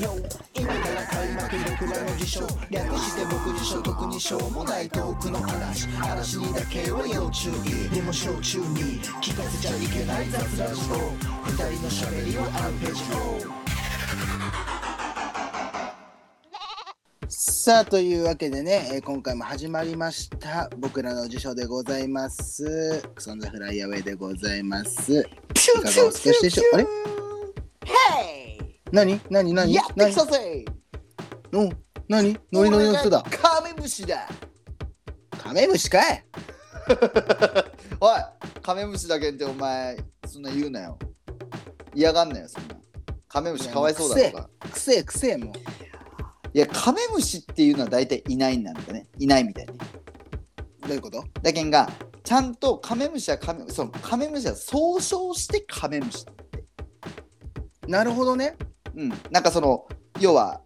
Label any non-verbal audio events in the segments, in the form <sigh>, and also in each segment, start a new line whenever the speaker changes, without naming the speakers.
よ今から開幕僕らの受賞略して僕自所特にしょうもないトークの話嵐にだけは要注意でも小中に聞かせちゃいけない雑ラジオ二人のしゃべりはアンページさあというわけでね、えー今回も始まりました僕らの受賞でございますクソンザフライアウェイでございます
ピュ
いかがお過ごしでしょうあれ
ヘ
何何
イ
何
やってきたぜ
何うん何ノリノリの人だ
俺がカメムシだ
カメムシかい
おいカメムシだけってお前そんな言うなよ嫌がんなよそんなカメムシかわいそうだとか
くせえくせえもう
いやカメムシっていうのは大体いないなんだねいないみたいね
どういうこと
だけんがちゃんとカメムシはカメそのカメムシは総称してカメムシだ
なるほどね
うんなんかその要は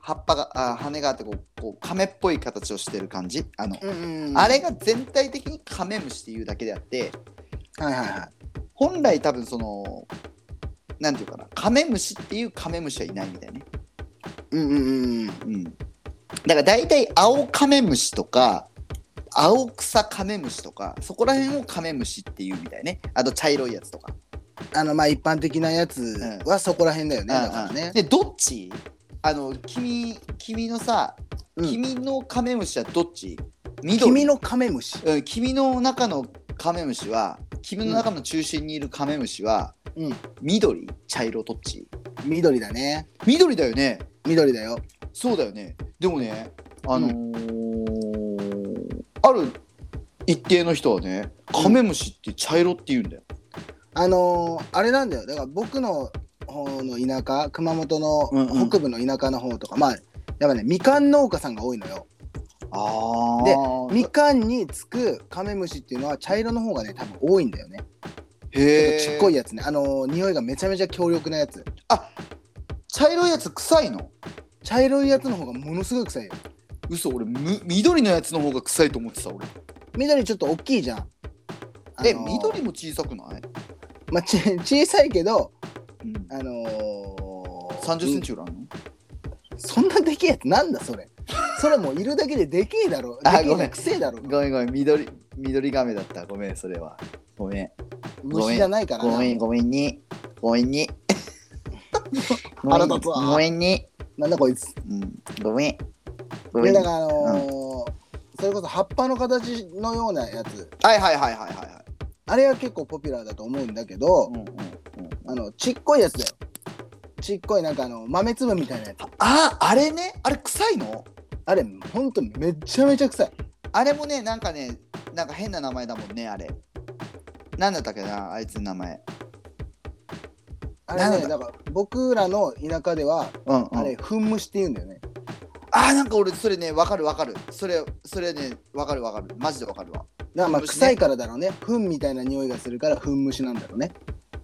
葉っぱがあ羽があってこうこうカメっぽい形をしてる感じあの
うんうんうん
あれが全体的にカメムシっていうだけであって
はいはいは
本来多分そのなんていうかなカメムシっていうカメムシはいないみたいね
いうんうんうんうん
うんだから大体青カメムシとか青草カメムシとかそこら辺をカメムシっていうみたいねあと茶色いやつとか,、
あのまあ一般的なやつはそこら辺だよね、だから
ね
ね、
でどっちあの君君のさ、
うん
君のカメムシはどっち緑
君のカメムシ
うん、君の中のカメムシは君の中の中心にいるカメムシは、
うん
緑茶色どっち
緑だね
緑だよね
緑だよ
そうだよねでもねあのーある一定の人はねカメムシって茶色って言うんだよ、
あのー、あれなんだよだから僕の方の田舎熊本
うんう
の
ん
北部の田舎の方とか、まあやっぱねみかん農家さんが多いのよ
あ
みかんにつくカメムシっていうのは茶色の方がね多分多いんだよね
へえ
ちっこいやつねあのー匂いがめちゃめちゃ強力なやつ
茶色いやつ臭いの
茶色いやつの方がものすごい臭いよ
嘘俺む緑のやつの方が臭いと思ってた俺
緑ちょっと大きいじゃんあ
え、
のー
緑も小さくない、
まあ、ち小さいけど
うん、
あのー、
30センチぐらいあるの
そんなでけえやつなんだそれそれもういるだけででけえだろで
あ
けえ
ごめ
なんくせえだろ
ごめんごめん、緑、緑亀だった。ごめん、それは。ごめん。ごめ
虫
ん
じゃないから
ご
な
めん、ごめんに。ごめん <laughs> に。
腹立つわ
ごめんに。
なんだこいつ
うん、ごめん。ご
で
めんに。
だ
は
からあのーそれこそ葉っぱの形のようなやつ
いはいはいはいはいはい。
あれは結構ポピュラーだと思うんだけど、
うんうんうん
あのちっこいやつだよちっこいなんかあの豆粒みたいなやつ
あ、あれね。あれ臭いの
あれほんとめちゃめちゃ臭い
あれもね、なんかね、なんか変な名前だもんね、あれ。なんだったっけな、あいつの名前。
あれ
な
ね
んだ
だから僕らの田舎では
うん、うん。
あれ噴虫って言うんだよね
あー、なんか俺、それね、わかるわかる。それ、それね、わかるわかる。マジでわかるわ。
だからまあ
噴虫ね
臭いからだろうね糞みたいな匂いがするから噴虫なんだろうね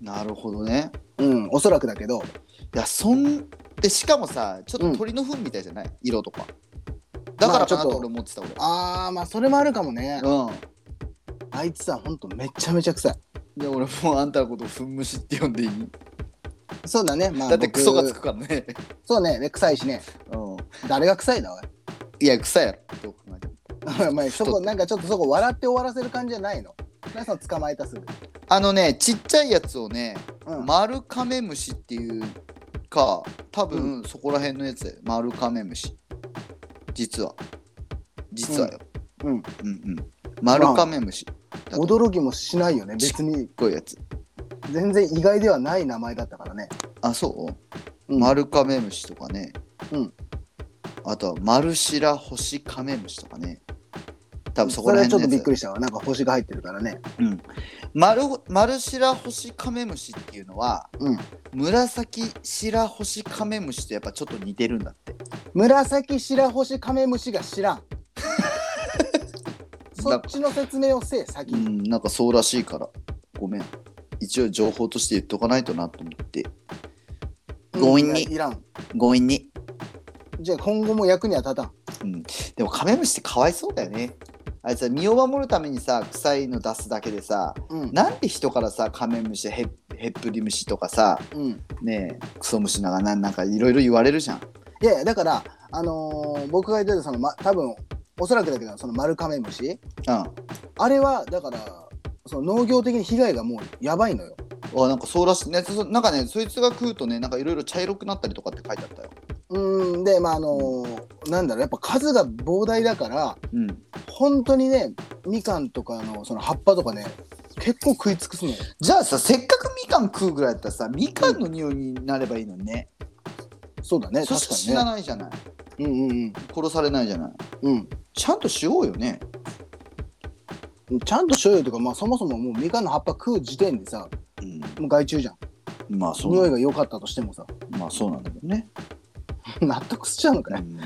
なるほどね。
うんおそらくだけど
いやそんでしかもさちょっ
うん
と鳥の糞みたいじゃない、色とかだからか
まあ
な
ちょっ
と
と
俺思ってた俺、
あーまあそれもあるかもね
うん
あいつさほんとめちゃめちゃ臭い
で俺もうあんたのこと糞虫って呼んでいい
そうだねまあ
だって
僕
クソがつくからね
そうねで臭いしね
うん
誰が臭いだおい
いや臭いやろどう考えても
お前そこなんかちょっとそこ笑って終わらせる感じじゃないの皆さん捕まえたすぐ
あのねちっちゃいやつをね、
うん
マルカメムシっていうか多
う
分そこら辺のやつだよマルカメムシ実は実はよ、
うんうん
うんうんマルカメムシだと思う
驚きもしないよね別に
こういうやつ
全然意外ではない名前だったからね、
あそう
うん
マルカメムシとかね、
うん
あとはマルシラホシカメムシとかね多分そこら
それはちょ
辺
っと
の
び
や
っ
つ
くりしたわなんか星が入ってるからね
うん、マルマルシラホシカメムシっていうのは、
うん
紫シラホシカメムシとやっぱちょっと似てるんだって
紫白星カメムシが知
<laughs>
らんそっちの説明をせえ先
う
に、
んなんかそうらしいからごめん一応情報として言っとかないとなと思って強引に
いらん
強引に、
じゃあ今後も役には立たん
うん、でもカメムシってかわいそうだよねあいつは身を守るためにさ臭いの出すだけでさ
うん
なんで人からさカメムシヘへっぷり虫とかさ
うん、
ねえクソ虫ながなんなんかいろいろ言われるじゃん
いやいやだから、あのー僕が言ってたその、ま、多分おそらくだけどその丸カメムシ
う
あれはだからその農業的に被害がもうやばいのよ
んあなんかそうらしいねそそなんかねそいつが食うとねなんかいろいろ茶色くなったりとかって書いてあったよ
うんでまああのーなんだろうやっぱ数が膨大だから
うん
本当にねみかんとかのその葉っぱとかね結構食い尽くすのよ
じゃあさせっかくみかん食うぐらいだったらさみかんの匂いになればいいのにね、
そうだね
そ
確
して死な
か
ないじゃない
にねうんうん
殺されないじゃない
うん
ちゃんとしようよね
うんちゃんとしようよとかまあそもそももうみかんの葉っぱ食う時点でさ
うん
もう害虫じゃん
まあそう
匂いが良かったとしてもさ <laughs>
まあそうなんだけどね、
納得しちゃうのかね
うん、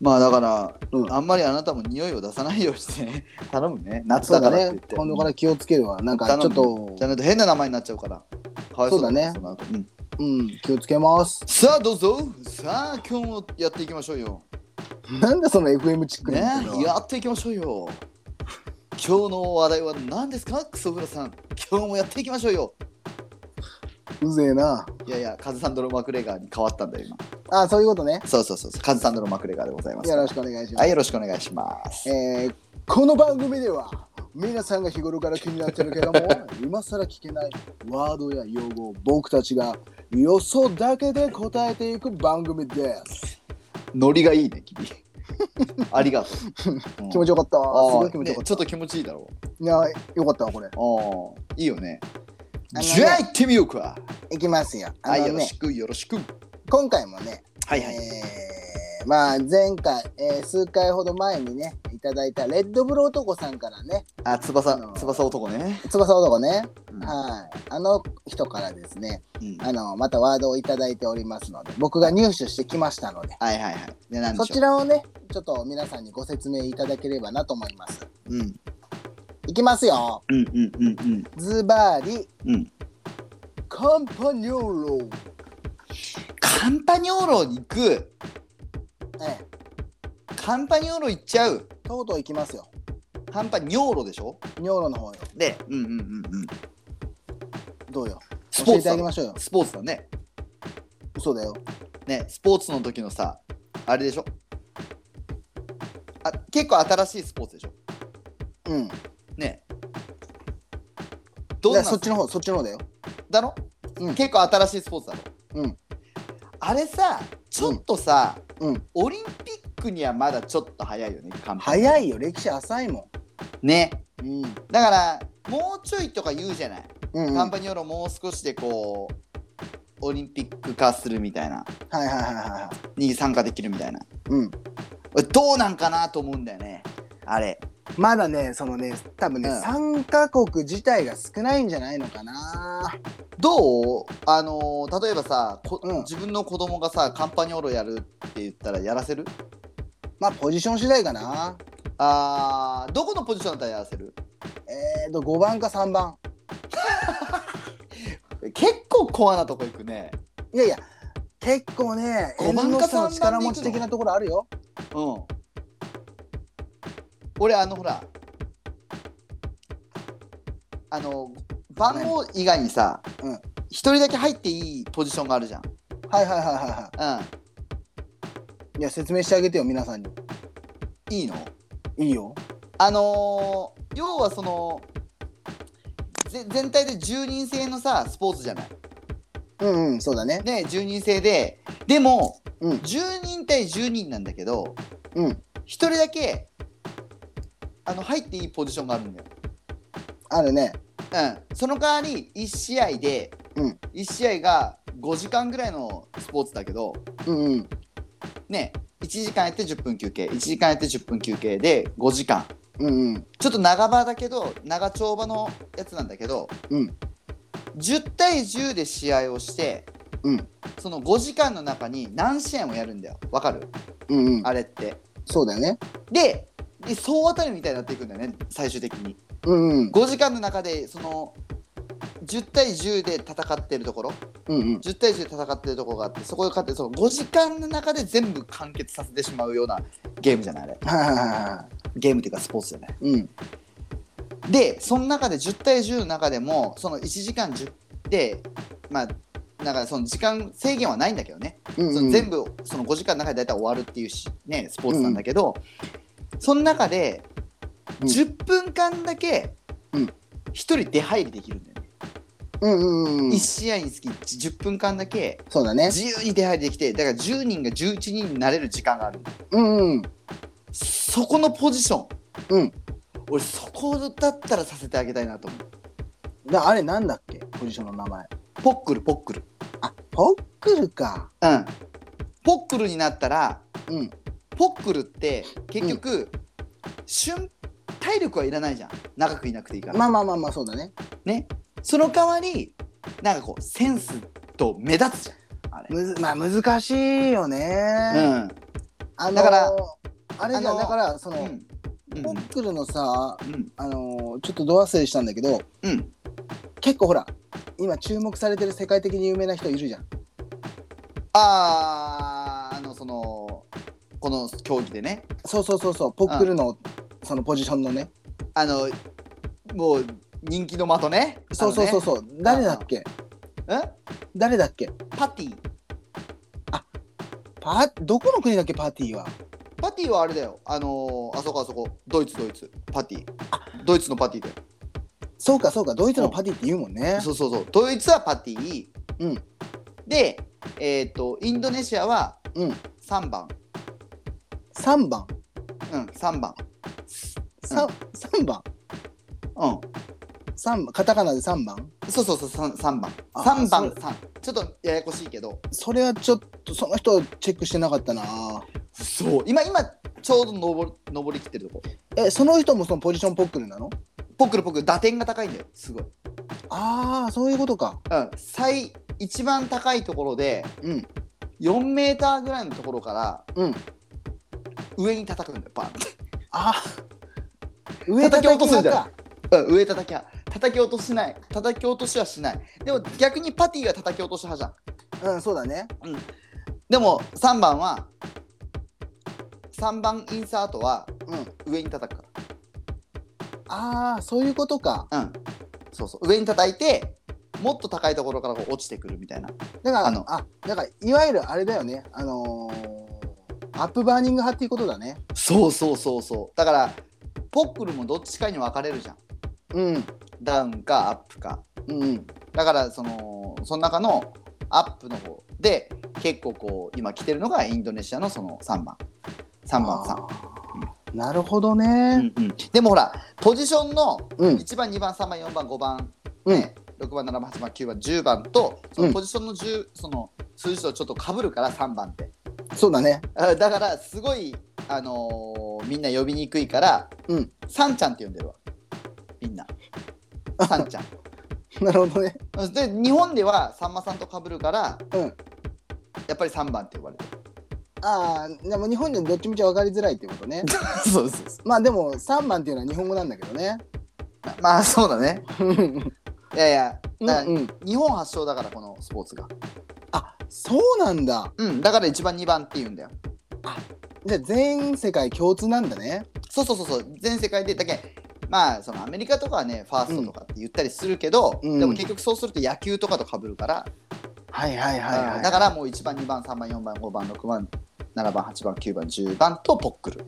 まあだから、
うん
あんまりあなたも匂いを出さないようにしてね <laughs> 頼むね夏
そ
だ
う
か
だ
らって
ね
言って
今度から気をつけるわなんか
頼む
ちょっと
じゃないと変な名前になっちゃうからかわいそうだね
そう
なるとうん
うん気をつけます
さあどうぞさあ今日もやっていきましょうよ
なんでその FM チックに
ね
言ってるの
やっていきましょうよ今日の話題は何ですかクソフラさん今日もやっていきましょうよ
うぜえない
やいやカズサンドロ・マクレガーに変わったんだよ今
あそういうことね
そうそうそうそうカズサンドロ・マクレガーでございます
よろしくお願いします、
はいよろしくお願いします
えーこの番組では皆さんが日頃から気になってるけども <laughs> 今更聞けないワードや用語を僕たちが予想だけで答えていく番組です
ノリがいい
<laughs>
ね君ありがとう、
気持ちよかったす
あー
ごい気持ちよかっ
ねちょっと気持ちいいだろ
た、いやよかったわこれ
うああいいよね
あのね
じゃあ行ってみようか
いきますよあ
はい
の
よろ
ね
しくよろしく
今回もね
はいはい、
えーまあ前回、えー数回ほど前にねいただいたレッドブル男さんからね
あ翼
あの
翼男ね、
翼男ね、
うん
はいあの人からですね
うん
あのまたワードをいただいておりますので僕が入手してきましたので
はいはいはい。で、なんで
そ
しょ
ち
う。
らをねちょっと皆さんにご説明いただければなと思います
うん、うん、
いきますよ
うん、うん、うん、
ズバリ
うん。
カンパニョーロ、
カンパニョーロに行く。
ええ
カンパニョーロ行っちゃう。
とうとういきますよ
カンパニョーロでしょ
ニョーロの方よ
で、うん、うん、うん、うん。
どうよ
ス
教
ポ
え
ー
て
ツ
あ
だ
げましょうよ
スポーツだね。
そうだよ
ね、スポーツの時のさ、あれでしょあ、結構新しいスポーツでしょ
うん
ね。どん
いや
な
そっちの方そっちの方だよ
だろ、
うん
結構新しいスポーツだろ
うん
あれさ、ちょっとさ、
うん
オリンピックにはまだちょっと早いよね、カンパニョーロ
早いよ歴史浅いも
ね。
んうん
だからもうちょいとか言うじゃない、
うんうん
カ
は
ン
い
パニョーロもう少しでこうオリンピック化するみたいな
はいはいはいは
に参加できるみたいない
うん
どうなんかなと思うんだよねあれ
まだね、そのね、多分ね、
うん
参加国自体が少ないんじゃないのかな。
どうあのー例えばさ、こ
うん
自分の子供がさカンパニョーロやるって言ったらやらせる
まあ、ポジション次第かな。
あーどこのポジションだったらやらせる
えーと、5番か3番。
結構コアなとこ行くね
いやいや、結構ね、
5番
縁の
か
下の
3番
力持ち的なところあるよ。
うん俺あのほらあの番号以外にさ
うん
一人だけ入っていいポジションがあるじゃん、う
はいはいはいはいは
ん、
い。いや、説明してあげてよ、皆さんに。
いいの
いいよ。
あのー要はそのぜ全体で10人制のさスポーツじゃない
うんうん、そうだね。
ね10人制ででも、
うん
10人対10人なんだけど
うん。
1人だけあの入っていいポジションがあるんだよ
あるね。
うん、その代わり1試合で、
うん
1試合が5時間ぐらいのスポーツだけど
うんうん。
ね1時間やって10分休憩1時間やって10分休憩で5時間
うんうん。
ちょっと長場だけど長丁場のやつなんだけど、
うん
10対10で試合をして、
うん
その5時間の中に何試合もやるんだよわかる
うんうん。
あれって
そうだよね。
でで総当たりみたいになっていくんだよね最終的に
うんうん。
5時間の中でその10対10で戦ってるところ
うんうん。
10対10で戦ってるところがあってそこで勝ってその5時間の中で全部完結させてしまうようなゲームじゃないあれ
はいはいはいは
ゲームっていうかスポーツじゃない
い。うん。
でその中で10対10の中でもその1時間10でまあだからその時間制限はないんだけどね、
うんうん
その全部その5時間の中で大体終わるっていうし、ね、スポーツなんだけど、その中で
うん
10分間だけ
うん
1人出入りできるんだよね、
うんうんうん
1試合につき10分間だけ
そうだね
自由に出入りできてだから10人が11人になれる時間がある
うんうん
そこのポジション
うん
俺そこだったらさせてあげたいなと思う
だあれなんだっけポジションの名前
ポックルポックル
あポックルか
うんポックルになったら
うん
ポックルって結局、瞬体力はいらないじゃん長くいなくていいから、
まあまあまあまあそうだね
ねその代わりなんかこうセンスと目立つじゃんあれ
むずまあ難しいよね、
うん
あのー
だから
あれじ
あ
ゃ
のー
だからそうの、
んうん
ポックルのさ
うん
あのーちょっとド忘れしたんだけど
うん
結構ほら今注目されてる世界的に有名な人いるじゃん
あーあのそのこの競技でね
そうそうそうそうポックルのそのポジションのね
あのもう人気の的ね
そうそうそうそう、誰だっけ
あのね
誰だっけ
んパティ
パどこの国だっけパーティーは
パティはあれだよあのーあそこあそこドイツドイツパティドイツのパティだよ
そうかそうかドイツのパーティーって言うもんね
そうそうそうドイツはパティ、
うん
でえっ、とインドネシアは
うん
3番
3番
うん3番
3, 三番
う
三番カタカナで3番
んそうそうそう三三番
あ
三番
そ
三ちょっとややこしいけど
それはちょっとその人チェックしてなかったな
そう今今ちょうど登り登りきってるとこ
えその人もそのポジションポックルなの
ポックルポックル打点が高いんだよすごい
ああそういうことか
うん最一番高いところで
うん
4メーターぐらいのところから
うん
上に叩くんだよバンって
あー上叩き
叩き落とすんだよ
技
うん上叩きは叩き落としない叩き落としはしないでも逆にパティが叩き落とし派じゃん
うんそうだね
でも3番は3番インサートは
うん
上に叩くか
ああそういうことから
うんそうそう上に叩いてもっと高いところからこう落ちてくるみたいな
だから
あ
あ
の
だからいわゆるあれだよねあのーアップバーニング派っていうことだね
そうそうそうそうだからポックルもどっちかに分かれるじゃん
うん
ダウンかアップか
うん
だからそのその中のアップの方で結構こう今来てるのがインドネシアのその3番3番さん
んなるほどね
うんうんでもほらポジションの
うん
1番2番3番4番5番、
うん
ね6番7番8番9番10番とその
うん
ポジションの10、その数字とちょっとかぶるから3番って
そうだね <laughs>
あだからすごい、あのーみんな呼びにくいから、
うん
サンちゃんって呼んでるわみんなサンちゃん
なるほどね
で日本ではさんまさんとかぶるから
うん
やっぱり3番って呼ば
<laughs>
れて
ああでも日本でどっちみち分かりづらいってことね
るそうそうそう
まあでも3番っていうのは日本語なんだけどね
ままあそう
<laughs>
だね
うん
いやいや
う
だから
ん
日本発祥だからこのスポーツが
あそうなんだ
うんだから1番2番って言うんだよ
じゃあ全世界共通なんだね
そうそうそうそう全世界でだけまあそのアメリカとかはねファーストとかって言ったりするけど、
うん
でも結局そうすると野球とかと被るから、
はいはい
うんだからもう1番2番3番4番5番6番7番8番9番10番とポックル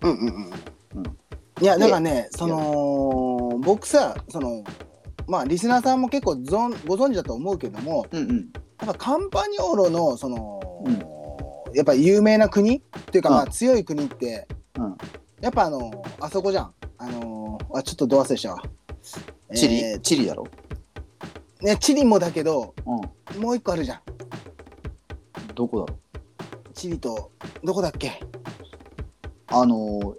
うんうんうん
うん
いやだからねその僕さそのまあリスナーさんも結構ぞんご存知だと思うけども
うんうん
やっぱカンパニオーロのその、やっぱ有名な国っていうかまあ
う
強い国って、
うん
やっぱあのあそこじゃんあのあちょっとど忘れしたわ
チリ、
え
チリだろ、
ーね、チリもだけど
う
もう一個あるじゃん
ん、どこだろ
チリとどこだっけ
あのー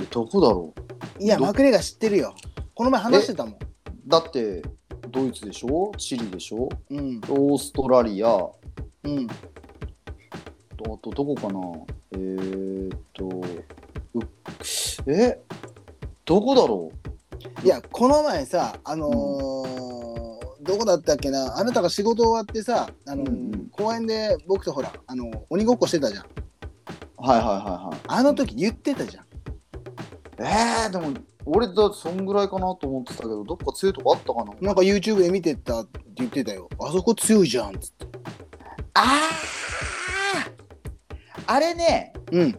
えどこだろう
いや
ど
マクレが知ってるよこの前話してたもん
だってドイツでしょチリでしょ
うん
オーストラリアあ
うん
とどこかなえー、っとうえどこだろう
いやこの前さあのーどこだったっけなあなたが仕事終わってさ、あのー
うんうん
公園で僕とほら、あのー鬼ごっこしてたじゃん
はいはいはいはい。
あの時言ってたじゃん
えー、でも俺だってそんぐらいかなと思ってたけどどっか強いとこあったかな
なんか YouTube で見てったって言ってたよあそこ強いじゃんっつって
あああれね
うん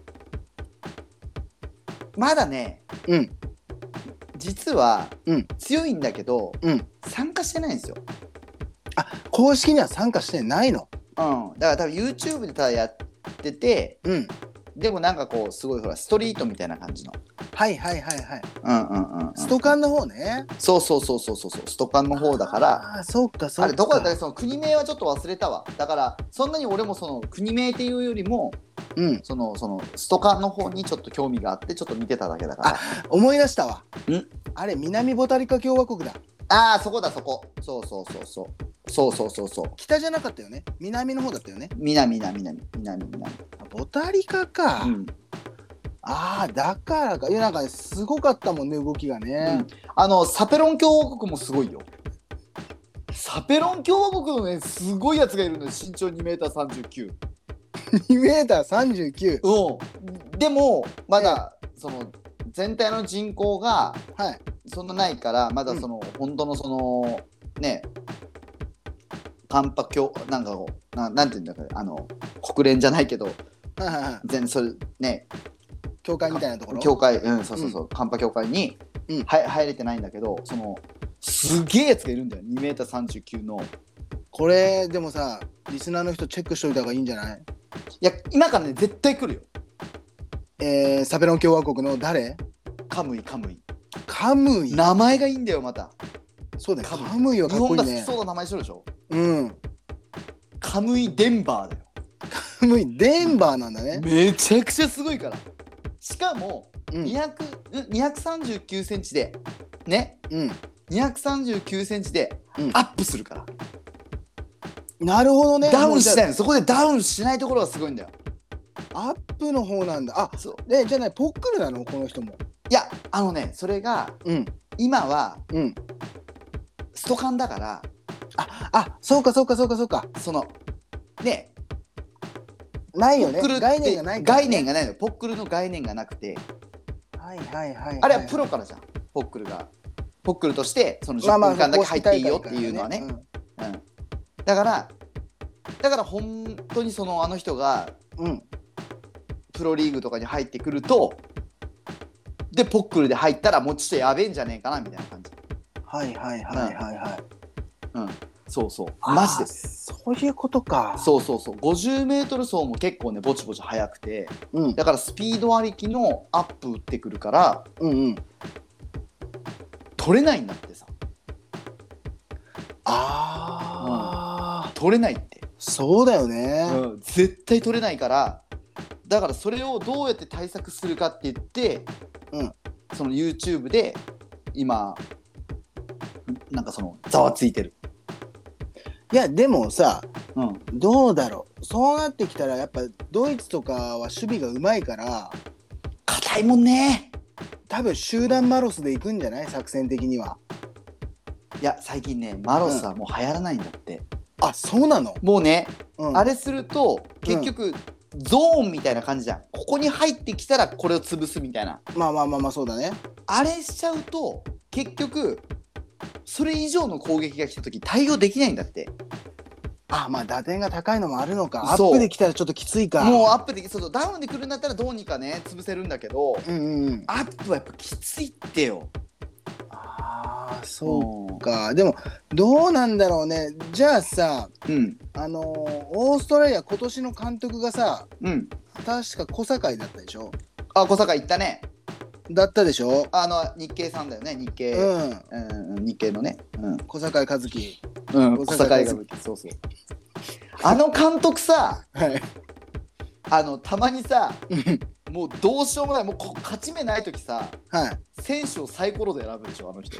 まだね
うん
実は、
うん
強いんだけど、
うん
参加してないんですよ、
公式には参加してないの
うん、だから多分 YouTube でただやってて
うん
でもなんかこうすごいほらストリートみたいな感じの、
はいはいはいはい
うんうんうんうん、
ストカンの方ね
そうそうそうそうそうそうストカンの方だから
あーそうかそうか
あれどこだったっけその国名はちょっと忘れたわだからそんなに俺もその国名っていうよりも
うん
そのそのストカンの方にちょっと興味があってちょっと見てただけだから
思い出したわ
ん
あれ南ボタリカ共和国だ
ああーそこだそこそうそうそうそうそうそうそうそう
北じゃなかったよね南の方だったよね
南南南南南
あボタリカか、
うん
ああだからかいやなんかねすごかったもんね動きがね、
あのサペロン共和国もすごいよサペロン共和国のねすごいやつがいるのよ身長 2m39
2m39
うん、でもまだ、その全体の人口が
はい
そんなないからまだその、本当のそのね関白教なんかこうななんていうんだかあの国連じゃないけど
はいはいはい
全それね
教会みたいなところ
教会うんそうそうそう関白、教会に、
うん
は入れてないんだけどそのすげえやつがいるんだよ 2m39 の
これでもさリスナーの人チェックしといた方がいいんじゃない
いや今からね絶対来るよ
えー、サペロン共和国の誰
カムイカムイ
カムイ
名前がいいんだよまた
そうだよ
カ
カ
ム
ム
イ
イは
日
かっこ
本
いい
が好き
ね
そうな名前してるでしょ
うん
カムイデンバーだよ
カムイデンバーなんだね
めちゃくちゃすごいからしかも
うん
200ん239センチでね
うん
239センチで
うん
アップするから、
なるほどね
ダウンしない
い
のそこでダウンしないところがすごいんだよ
アップの方なんだあ
そう
でじゃあねポックルなのこの人も
いやあのねそれが
うん
今は
うん
ストカンだから
あそうかそうかそうかそうか
そのね
ない
ポ
よね
ックルって
概念がないから、ね、
概念がないのポックルの概念がなくて
はいはいはい、
あれはプロからじゃんポックルがポックルとしてその
まあ
10
まあ
分間だけ入っていいよっていうのはね
公式大会だからね
うんだからだから本当にそのあの人が
うん、うん
プロリーグとかに入ってくるとでポックルで入ったらもうちょっとやべえんじゃねえかなみたいな感じ
はいはいはいはいはい、
そうそうマジです
あーそういうことか
そうそうそう 50m 走も結構ねぼちぼち速くて
う、うん、
だからスピードありきのアップ打ってくるから
うんうん
取れないんだってさ
ああ、
取れないって、
そうだよね、
うん、絶対取れないからだからそれをどうやって対策するかって言って、
うん
その YouTube で今なんかそのざわついてる、
いやでもさ
うん、
どうだろうそうなってきたらやっぱドイツとかは守備がうまいから
硬いもんね
多分集団マロスで行くんじゃない作戦的にはい
や最近ねマロスはもう流行らないんだって、
あそうなの、
もうね、
うん、
あれすると結局、ゾーンみたいな感じじゃんここに入ってきたらこれを潰すみたいな
まあまあまあまあそうだね
あれしちゃうと結局それ以上の攻撃が来た時対応できないんだって
あまあ打点が高いのもあるのかア
そう
ップできたらちょっときついか
もうアップでそうそうダウンで来るんだったらどうにかね潰せるんだけど
うんうんうん
アップはやっぱきついってよ
ああそう
う
かでもどうなんだろうねじゃあさ
うん
あのーオーストラリア今年の監督がさ
うん
確か小堺だったでしょ
あ小坂行ったね
だったでしょ
あの日系さんだよね日系、
うん
うんうん、日系のねうん
小堺一樹
うん、小
小
坂
坂
井
井
が
が
そうそうあの監督さ
はい
あのたまにさもうどうしようもないもうこ勝ち目ない時さ
はい
選手をサイコロで選ぶでしょあの人、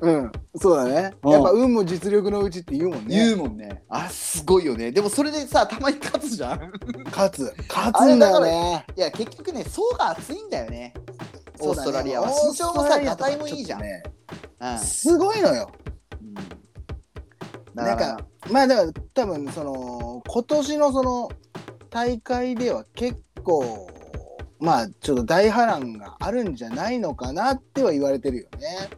うんそうだね
うん
やっぱ運も実力のうちって言うもん
言
ね
うもんねあすごいよねでもそれでさたまに勝つじゃん
勝つ勝つんだよ
あれ
ね
いや結局ね層が厚いんだよね
そ
オー
うだ
ス
ね
トラリアは
オ
身
ースト
長も
ラ
さ
リア
ガ
とか
タイもいいじゃん、
ちょっとね
うん
すごいのよ
うん
な
だ
ん
から
かまあだから多分その今年のその大会では結構まあちょっと大波乱があるんじゃないのかなっては言われてるよね。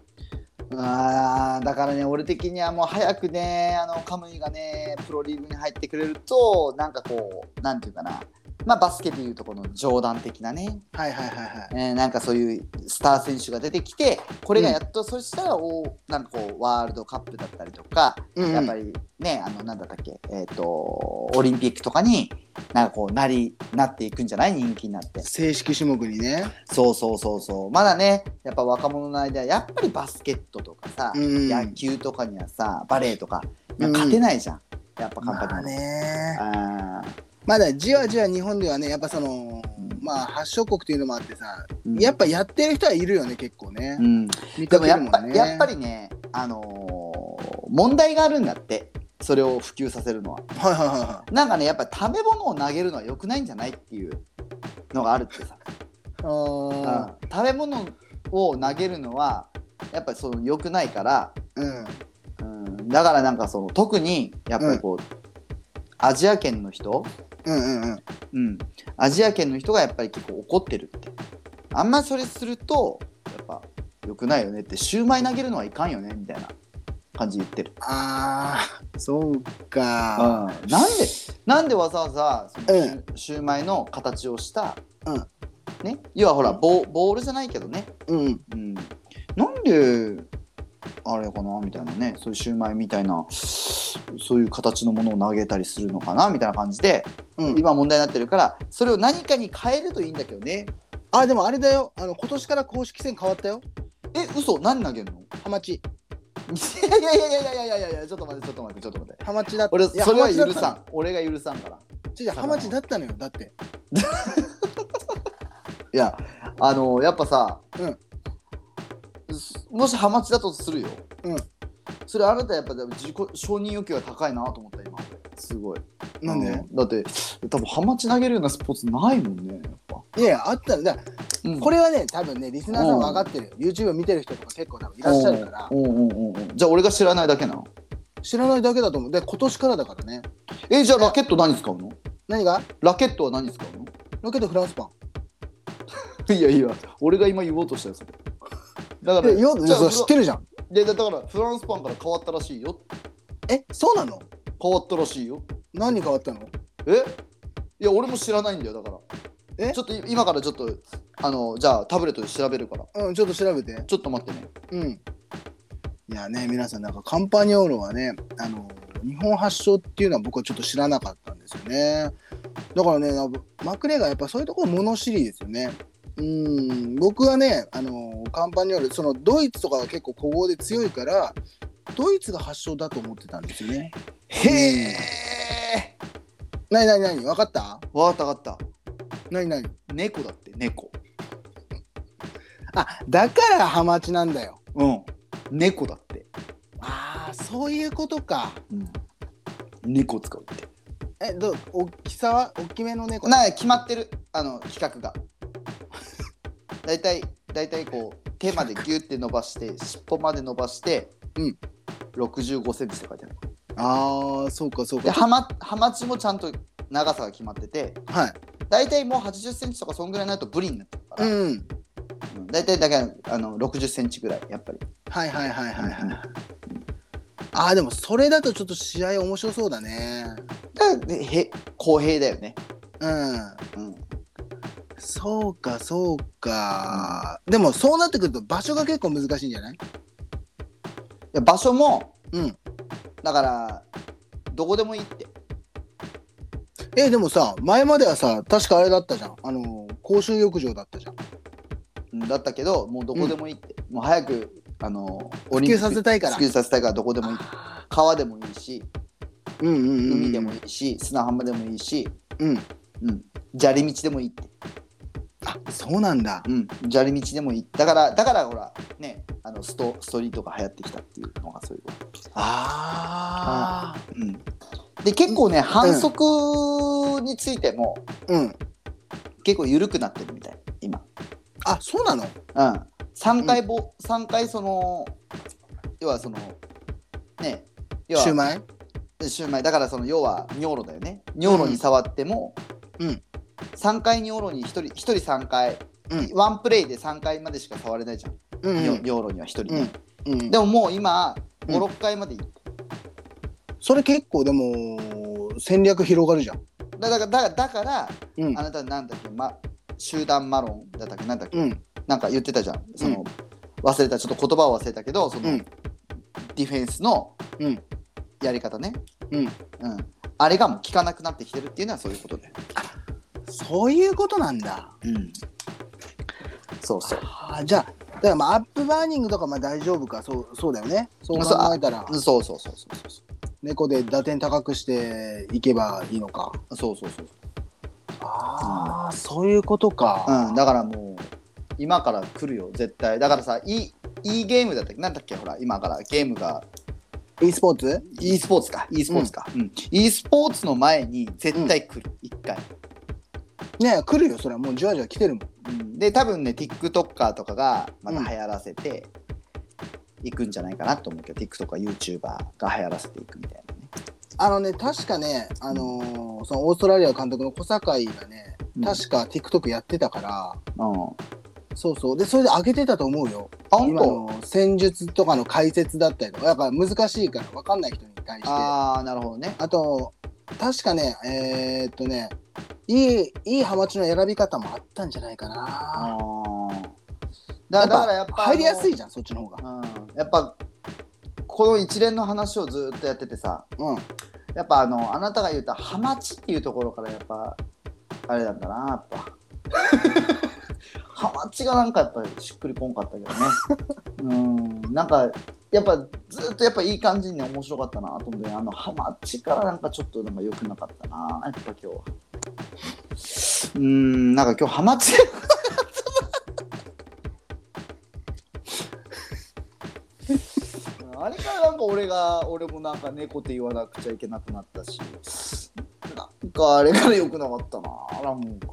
あーだからね俺的にはもう早くねあのカムイがねプロリーグに入ってくれるとなんかこうなんていうかなまあバスケでいうとこの冗談的なね、
はいはいはいはい。
えーなんかそういうスター選手が出てきてこれがやっと、そしたらおなんかこうワールドカップだったりとか、
うん、
やっぱりねあのなんだったっけえっ、とオリンピックとかになんかこうなりなっていくんじゃない人気になって
正式種目にね。
そうそうそうそうまだねやっぱ若者の間やっぱりバスケットとかさ、
うん
野球とかにはさバレエとか
うん
勝てないじゃん、やっぱカンパ
まあ
ニー
ね。
あー
まだじわじわ日本ではね、やっぱその
うん、
まあ発祥国っていうのもあってさ、
うん
やっぱやってる人はいるよね、結構ね
う。ん、
見
で
か
も
ける
やっ
ん
ぱ
ね
やっぱ。りね、あのー問題があるんだってそれを普及させるのは
はいはいはいは
なんかねやっぱ食べ物を投げるのは良くないんじゃないっていうのがあるってさ、
い。ああ。
うん食べ物を投げるのはやっぱりその良くないから
うん。
うんだからなんかその特にやっぱりこう、アジア圏の人、
うんうんうん。
うん、アジア圏の人がやっぱり結構怒ってるってあんまりそれするとやっぱ良くないよねってシューマイ投げるのはいかんよねみたいな感じ言ってる、
ああ、そう
うん、
か。
なんでなんでわざわざその
う
シュ,、シューマイの形をした、
うん
ね、要はほらボボールじゃないけどね、
うん。
うん、なんであれかなみたいなねそういうシューマイみたいなそういう形のものを投げたりするのかなみたいな感じで
うん。
今問題になってるからそれを何かに変えるといいんだけどね
あ、でもあれだよ。あの、今年から公式戦変わったよ。
え嘘何投げるの <laughs>
ハマチ。
いやいやいやいやいやいやいやちょっと待ってちょっと待ってちょっと待って
ハマチだった。
俺
いや
それは
ハマチだ
許
った
さん俺が許さんから
違う違うハマチだったのよだって
いやあのやっぱさ、
うん
すもしハマチだとするよ、
うん
それあなたやっぱでも自己承認欲求が高いなと思った今すごい
なんで、
うんだって多分ハマチ投げるようなスポーツないもんねやっぱ、
いやいやあったのだから
うん
これはね多分ねリスナーさん分かってるよ、YouTube 見てる人とか結構多分いらっしゃるから
うんうんうんうんじゃあ俺が知らないだけなの
知らないだけだと思うで今年からだからね
えじゃあラケット何使うの
何が
ラケットは何使うの
ロケットフランスパン
<laughs> いやいや、俺が今言おうとしたやつだよ。だから、
でよ
じゃあ
そう知ってるじゃん
でだからフランスパンから変わったらしいよ。
えそうなの
変わったらしいよ。
何変わったの
えいや、俺も知らないんだよ、だから。
え
ちょっとい今からちょっと、あの、じゃあタブレットで調べるから。
うんちょっと調べて
ちょっと待ってね。
うんいやね皆さんなんかカンパニオーロはねあの日本発祥っていうのは僕はちょっと知らなかったんですよねだからねなんかマクレがやっぱそういうところ物知りですよねうん僕はねあのカンパニオーロそのドイツとかは結構古豪で強いからドイツが発祥だと思ってたんですよね
へえ。
なになになに分かった
わかったわかっ
なになに
た。猫だって、猫。
あだからハマチなんだよ
うん。猫だって。
ああそういうことか
うん。猫使うって。
えどう大きさは大きめの猫
な決まってるあの企画が <laughs> 大体大体こう手までギュって伸ばして尻尾まで伸ばして、
うん、
6 5ンチって書いてある
ああそうかそう
で
か
ハマハマチもちゃんと長さが決まってて
はい
大体もう8 0ンチとかそんぐらいになるとブリになってるから、
うん
うん大体だからあの6 0ンチぐらいやっぱり
はいはいはいはいはい、
うんうん
ああでもそれだとちょっと試合面白そうだね
だからでへ公平だよね、
うん
うん、
そうかそうか、でもそうなってくると場所が結構難しいんじゃない
で場所も
うん
だからどこでもいいって
えでもさ前まではさ確かあれだったじゃんあの公衆浴場だったじゃん
だったけどもうどこでもいいって、もう早くあの
普及させたいから
普及させたいからどこでもいい川でもいいし
うんうんうん
海でもいいし、砂浜でもいいし、
うん
うん、砂利道でもいいって、
あそうなんだ
うん、砂利道でもいいだからだからほらねあのストストリートが流行ってきたっていうのがそういうこと、
ああ
うん、で結構ね反則についても
うん
結構緩くなってるみたい今
あそうなの
うん、3回ぼ、三回その要はそのね要は
シューマイ
シューマイだからその要は尿路だよね尿路に触っても、
うん
3回にオロに1人一人3回、
うん
ワンプレイで3回までしか触れないじゃん、
う
よ
ん
ヨーロには1人、
うんうん
でももう今
うん
56回までいい
それ結構でも戦略広がるじゃん
だだからだだから
うん
あなたなんだっけ、ま、集団マロンだったっけなんだっけ、
うん
なんか言ってたじゃんその、忘れたちょっと言葉を忘れたけどその、
うん
ディフェンスの
うん
やり方ね、
うん
うん、あれがもう効かなくなってきてるっていうのはそういうことで、
そういうことなんだ
うん、そうそう
あーじゃあだからまあアップバーニングとかまあ大丈夫かそうそうだよねそう考えたら
そうそうそうそうそうそう
猫で打点高くしていけばいいのか
そうそうそう
ああそういうことか
うん、だからもう今から来るよ絶対だからさいいいいゲームだったっけなんだっけほら今からゲームが
e スポーツ
e スポーツか e スポーツか、うん e スポーツの前に絶対来る、一回、
ねえ来るよそれはもうじわじわ来てるもん
うん、で多分ね TikToker とかがまた流行らせていくんじゃないかなと思うけど、TikTokerYouTuber が流行らせていくみたいなね
あのね確かねあのーそのオーストラリア監督の小堺がね
うん
確か TikTok やってたから、
うんあ
そうそうでそれで上げてたと思うよ
本
今
当
の戦術とかの解説だったりとかだから難しいから分かんない人に対してあ
ああなるほどね
と確かねえーっとねいいいいハマチの選び方もあったんじゃないかな
あーだだからやっぱ
入りやす
い、
いじゃんそっちの方が
うん、やっぱこの一連の話をずっとやっててさ
うん
やっぱあのあなたが言ったハマチっていうところからやっぱあれなんだなやっぱハマチがなんかやっぱりしっくりこんかったけどねうんなんかやっぱずっとやっぱいい感じにね面白かったなと思ってあのハマチからなんかちょっとなんか良くなかったなやっぱ今日はうんなんか今日ハマチあれからなんか俺が俺もなんか猫って言わなくちゃいけなくなったしなんかあれから良くなかったななんか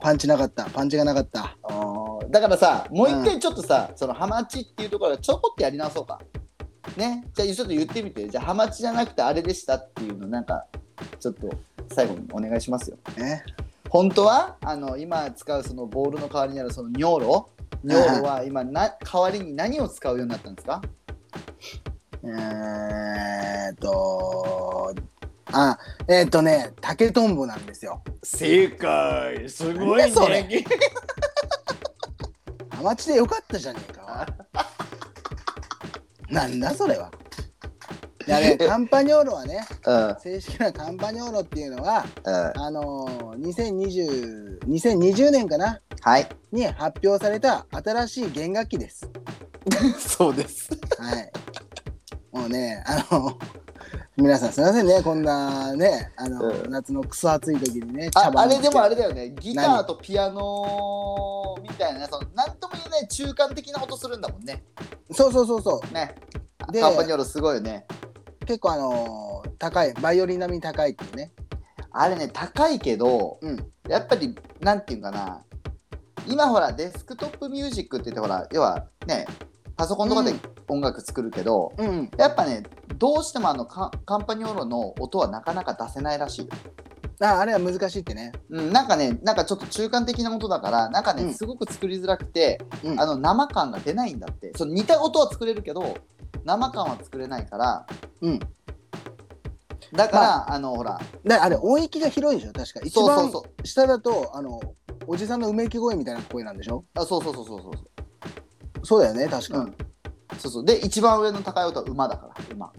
パンチなかったパンチがなかった
あーだからさもう一回ちょっとさ、そのハマチっていうところからちょこっとやり直そうかねじゃあちょっと言ってみてじゃあハマチじゃなくてあれでしたっていうのなんかちょっと最後にお願いしますよ
ね
本当はあの今使うそのボールの代わりになるその尿路尿路は今な代わりに何を使うようになったんですか
えーっとあえーっとね竹とんぼなんですよ
正解す
ごいね
<laughs> それ
ハマチでよかったじゃねえか <laughs> なんだそれは。い
<laughs>
やね、カンパニョーロはね、
うんうん
正式なカンパニョーロっていうのは、あのー、2020, 2020年かな
はい
に発表された新しい弦楽器です。
<laughs> そうです
はい。もうね、あの、皆さんすいませんね、こんなね、あの、
うん
夏のクソ暑い時にね、
あ
茶番
あ
をつ
れ
け
で
て
もあれだよねギターとピアノみたいなねそのなんとも言えない中間的な音するんだもんね
そうそうそうそ
ね
で
カンパニョーロすごいよね
う。結構あのー高い、バイオリン並みに高いっていうね。
あれね高いけど、
うん
やっぱりなんていうんかな今ほらデスクトップミュージックって言ってほら要はねパソコンとかで
うん
音楽作るけど、
うん。
やっぱねどうしてもあのカカンパニョーロの音はなかなか出せないらしいよ、
ああれは難しいってね。
うん、なんかねなんかちょっと中間的な音だからなんかね、
うん
すごく作りづらくて、
うん
あの生感が出ないんだってその似た音は作れるけど生感は作れないから、
うん
だから、
ま
あのほら
だからあれ音域が広いでしょ確か一
そうそう
番
そう
下だとあのおじさんのうめき声みたいな声なんでしょ
あそうそうそうそうそう
そうだよね確か、
うんそうそうで一番上の高い音は馬だから馬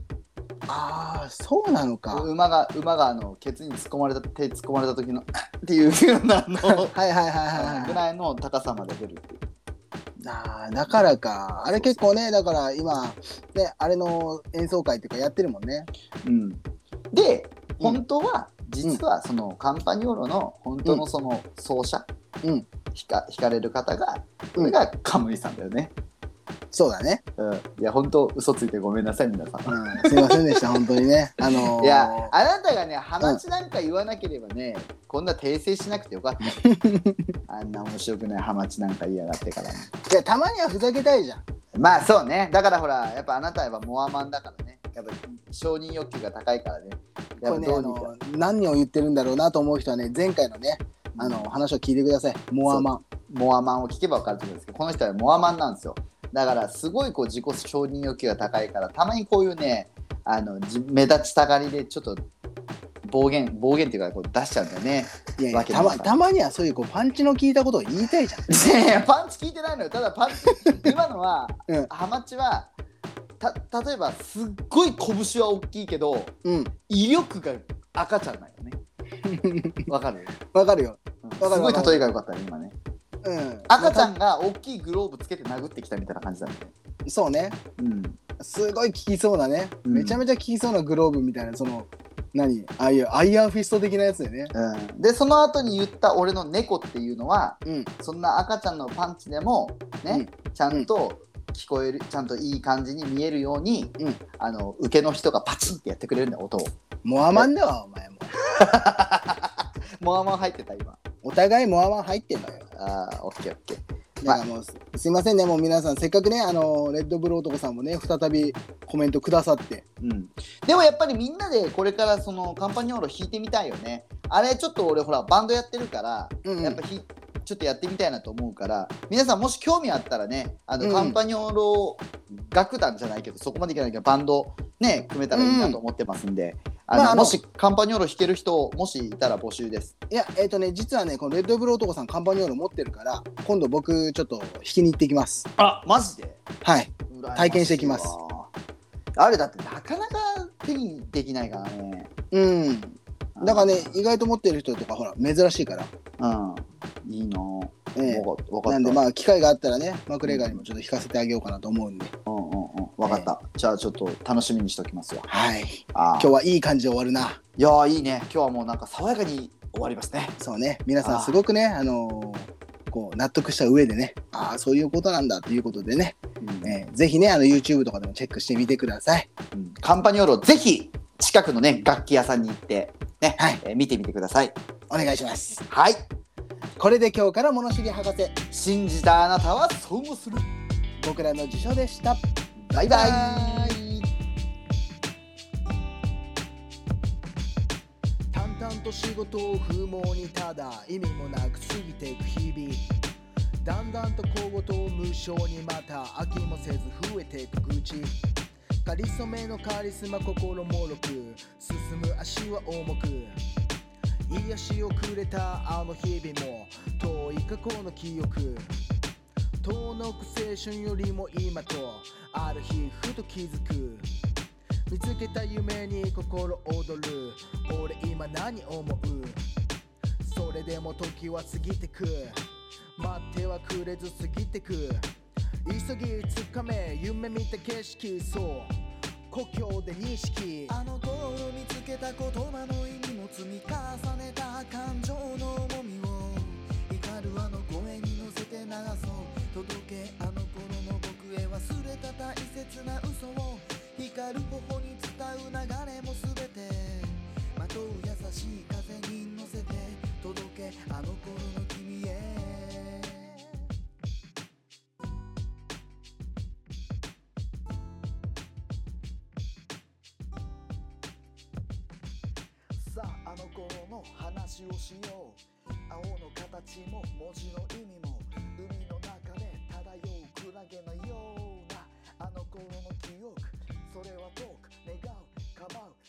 ああそうなのか、
馬が馬があのケツに突っ込まれた手突っ込まれた時の <laughs> っていうようなあ
<laughs>
の
はいはいはい
あの
はい
ぐ
はい
らいの高さまで出るっていう
あーだからかあれ結構ねだから今ねあれの演奏会っていうかやってるもんね
うん、で
うん
本当は、実はそのカンパニオーロの本当のその奏者、
うん
ひか弾かれる方が
うん
これがカムイさんだよね、
そうだね、
うん、いや本当嘘ついてごめんなさい皆さん
うん、すいません <laughs> でした本当にねあのー
いやあなたがねハマチなんか言わなければね、こんな訂正しなくてよかったよ
<laughs>
あんな面白くないハマチなんか言いやがってからね
いやたまにはふざけたいじゃん
まあそうねだからほらやっぱあなたはやっぱモアマンだからねやっぱ承認欲求が高いからねや
これ
っぱ
ね
ど
あ
うにか、
の何を言ってるんだろうなと思う人はね前回のねあの話を聞いてくださいモアマン
モアマンを聞けば分かると思うんですけどこの人はモアマンなんですよだからすごいこう自己承認欲求が高いからたまにこういうねあのじ目立ちたがりでちょっと暴言暴言っていうかこう出しちゃうんだよね
いやい
わ
や
けな
た
い
またまにはそういうこうパンチの効いたことを言いたいじゃん
いやいや <laughs> パンチ聞いてないのよただパンチ今のは、
うん
ハマチはた例えばすっごい拳は大きいけど
うん
威力が赤ちゃんなんよねわかる、
わかるよ
うん
かる
すご
わ
い
かる
例えが良かったね今ね
うん
赤ちゃ
ま
んが大きいグローブつけて殴ってきたみたいな感じだね
たそうね
うん
すごい効きそうなね、
うん
めちゃめちゃ効きそうなグローブみたいなその何ああいうアイアンフィスト的なやつだよね
うん、でその後に言った俺の猫っていうのは
うん
そんな赤ちゃんのパンチでもね、ちゃんと聞こえるちゃんといい感じに見えるように、
うん
あの受けの人がパチンってやってくれるんだよ音を
モアマンだわお前も
モアモア入ってた今
お互いモアマン入ってんのよ
あーオッケーオッケー
だからもうすすいませんねもう皆さんせっかくねあのレッドブル男さんもね再びコメントくださって
うん、でもやっぱりみんなでこれからそのカンパニオーロ弾いてみたいよねあれちょっと俺ほらバンドやってるから、
うんうん
やっぱひちょっとやってみたいなと思うから皆さんもし興味あったらねあの、
うん
カンパニオーロ楽団じゃないけどそこまでいかないけどバンドね組めたらいいなと思ってますんで、あの
まああの
もしカンパニオーロ弾ける人もしいたら募集です
いやえっ、とね実はねこのレッドブル男さんカンパニオール持ってるから今度僕ちょっと弾きに行ってきます
あマジで
はい体験してきます
あれだってなかなか手にできないからね
うんだからね意外と持ってる人とかほら珍しいから
うんいいなぁ
ええ
わかったわかっ
な
た
んでまあ機会があったらねマクレガーにもちょっと弾かせてあげようかなと思うんで
うんうんうん、わかった、じゃあちょっと楽しみにしておきますわ。
はい今
あ今
日はいい感じで終わるない
やーいいね、今日はもうなんか爽やかに終わりますね。
そうね皆さん
あー
すごくねあのーこう納得した上でねああそういうことなんだということでね、えーぜひねあの YouTube とかでもチェックしてみてください
うんカンパニオーロぜひ近くのね楽器屋さんに行ってね、
はい
えー見てみてください。
お願いします
はい、
これで今日から物知り博士
信じたあなたは損をする。
僕らの辞書でした
バイバイ。
バ淡々と仕事を不毛にただ意味もなく過ぎていく日々だんだんと小言を無償にまた飽きもせず増えていく愚痴かりそめのカリスマ心もろく進む足は重く癒しをくれたあの日々も遠い過去の記憶遠のく青春よりも今とある日ふと気づく見つけた夢に心躍る俺今何思うそれでも時は過ぎてく待ってはくれず過ぎてく急ぎつかめ夢見た景色そう故郷で認識
あの頃見つけた言葉の意味も積み重ねた感情の重みを光るあの声に乗せて流そう届けあの頃の僕へ忘れた大切な嘘を光る頬に伝う流れも全てまとう優しい風に乗せて届けあの頃の君へさああの頃の話をしよう青の形も文字の意味も海の中で漂うクラゲのようなあの頃の記憶それは遠く願う構う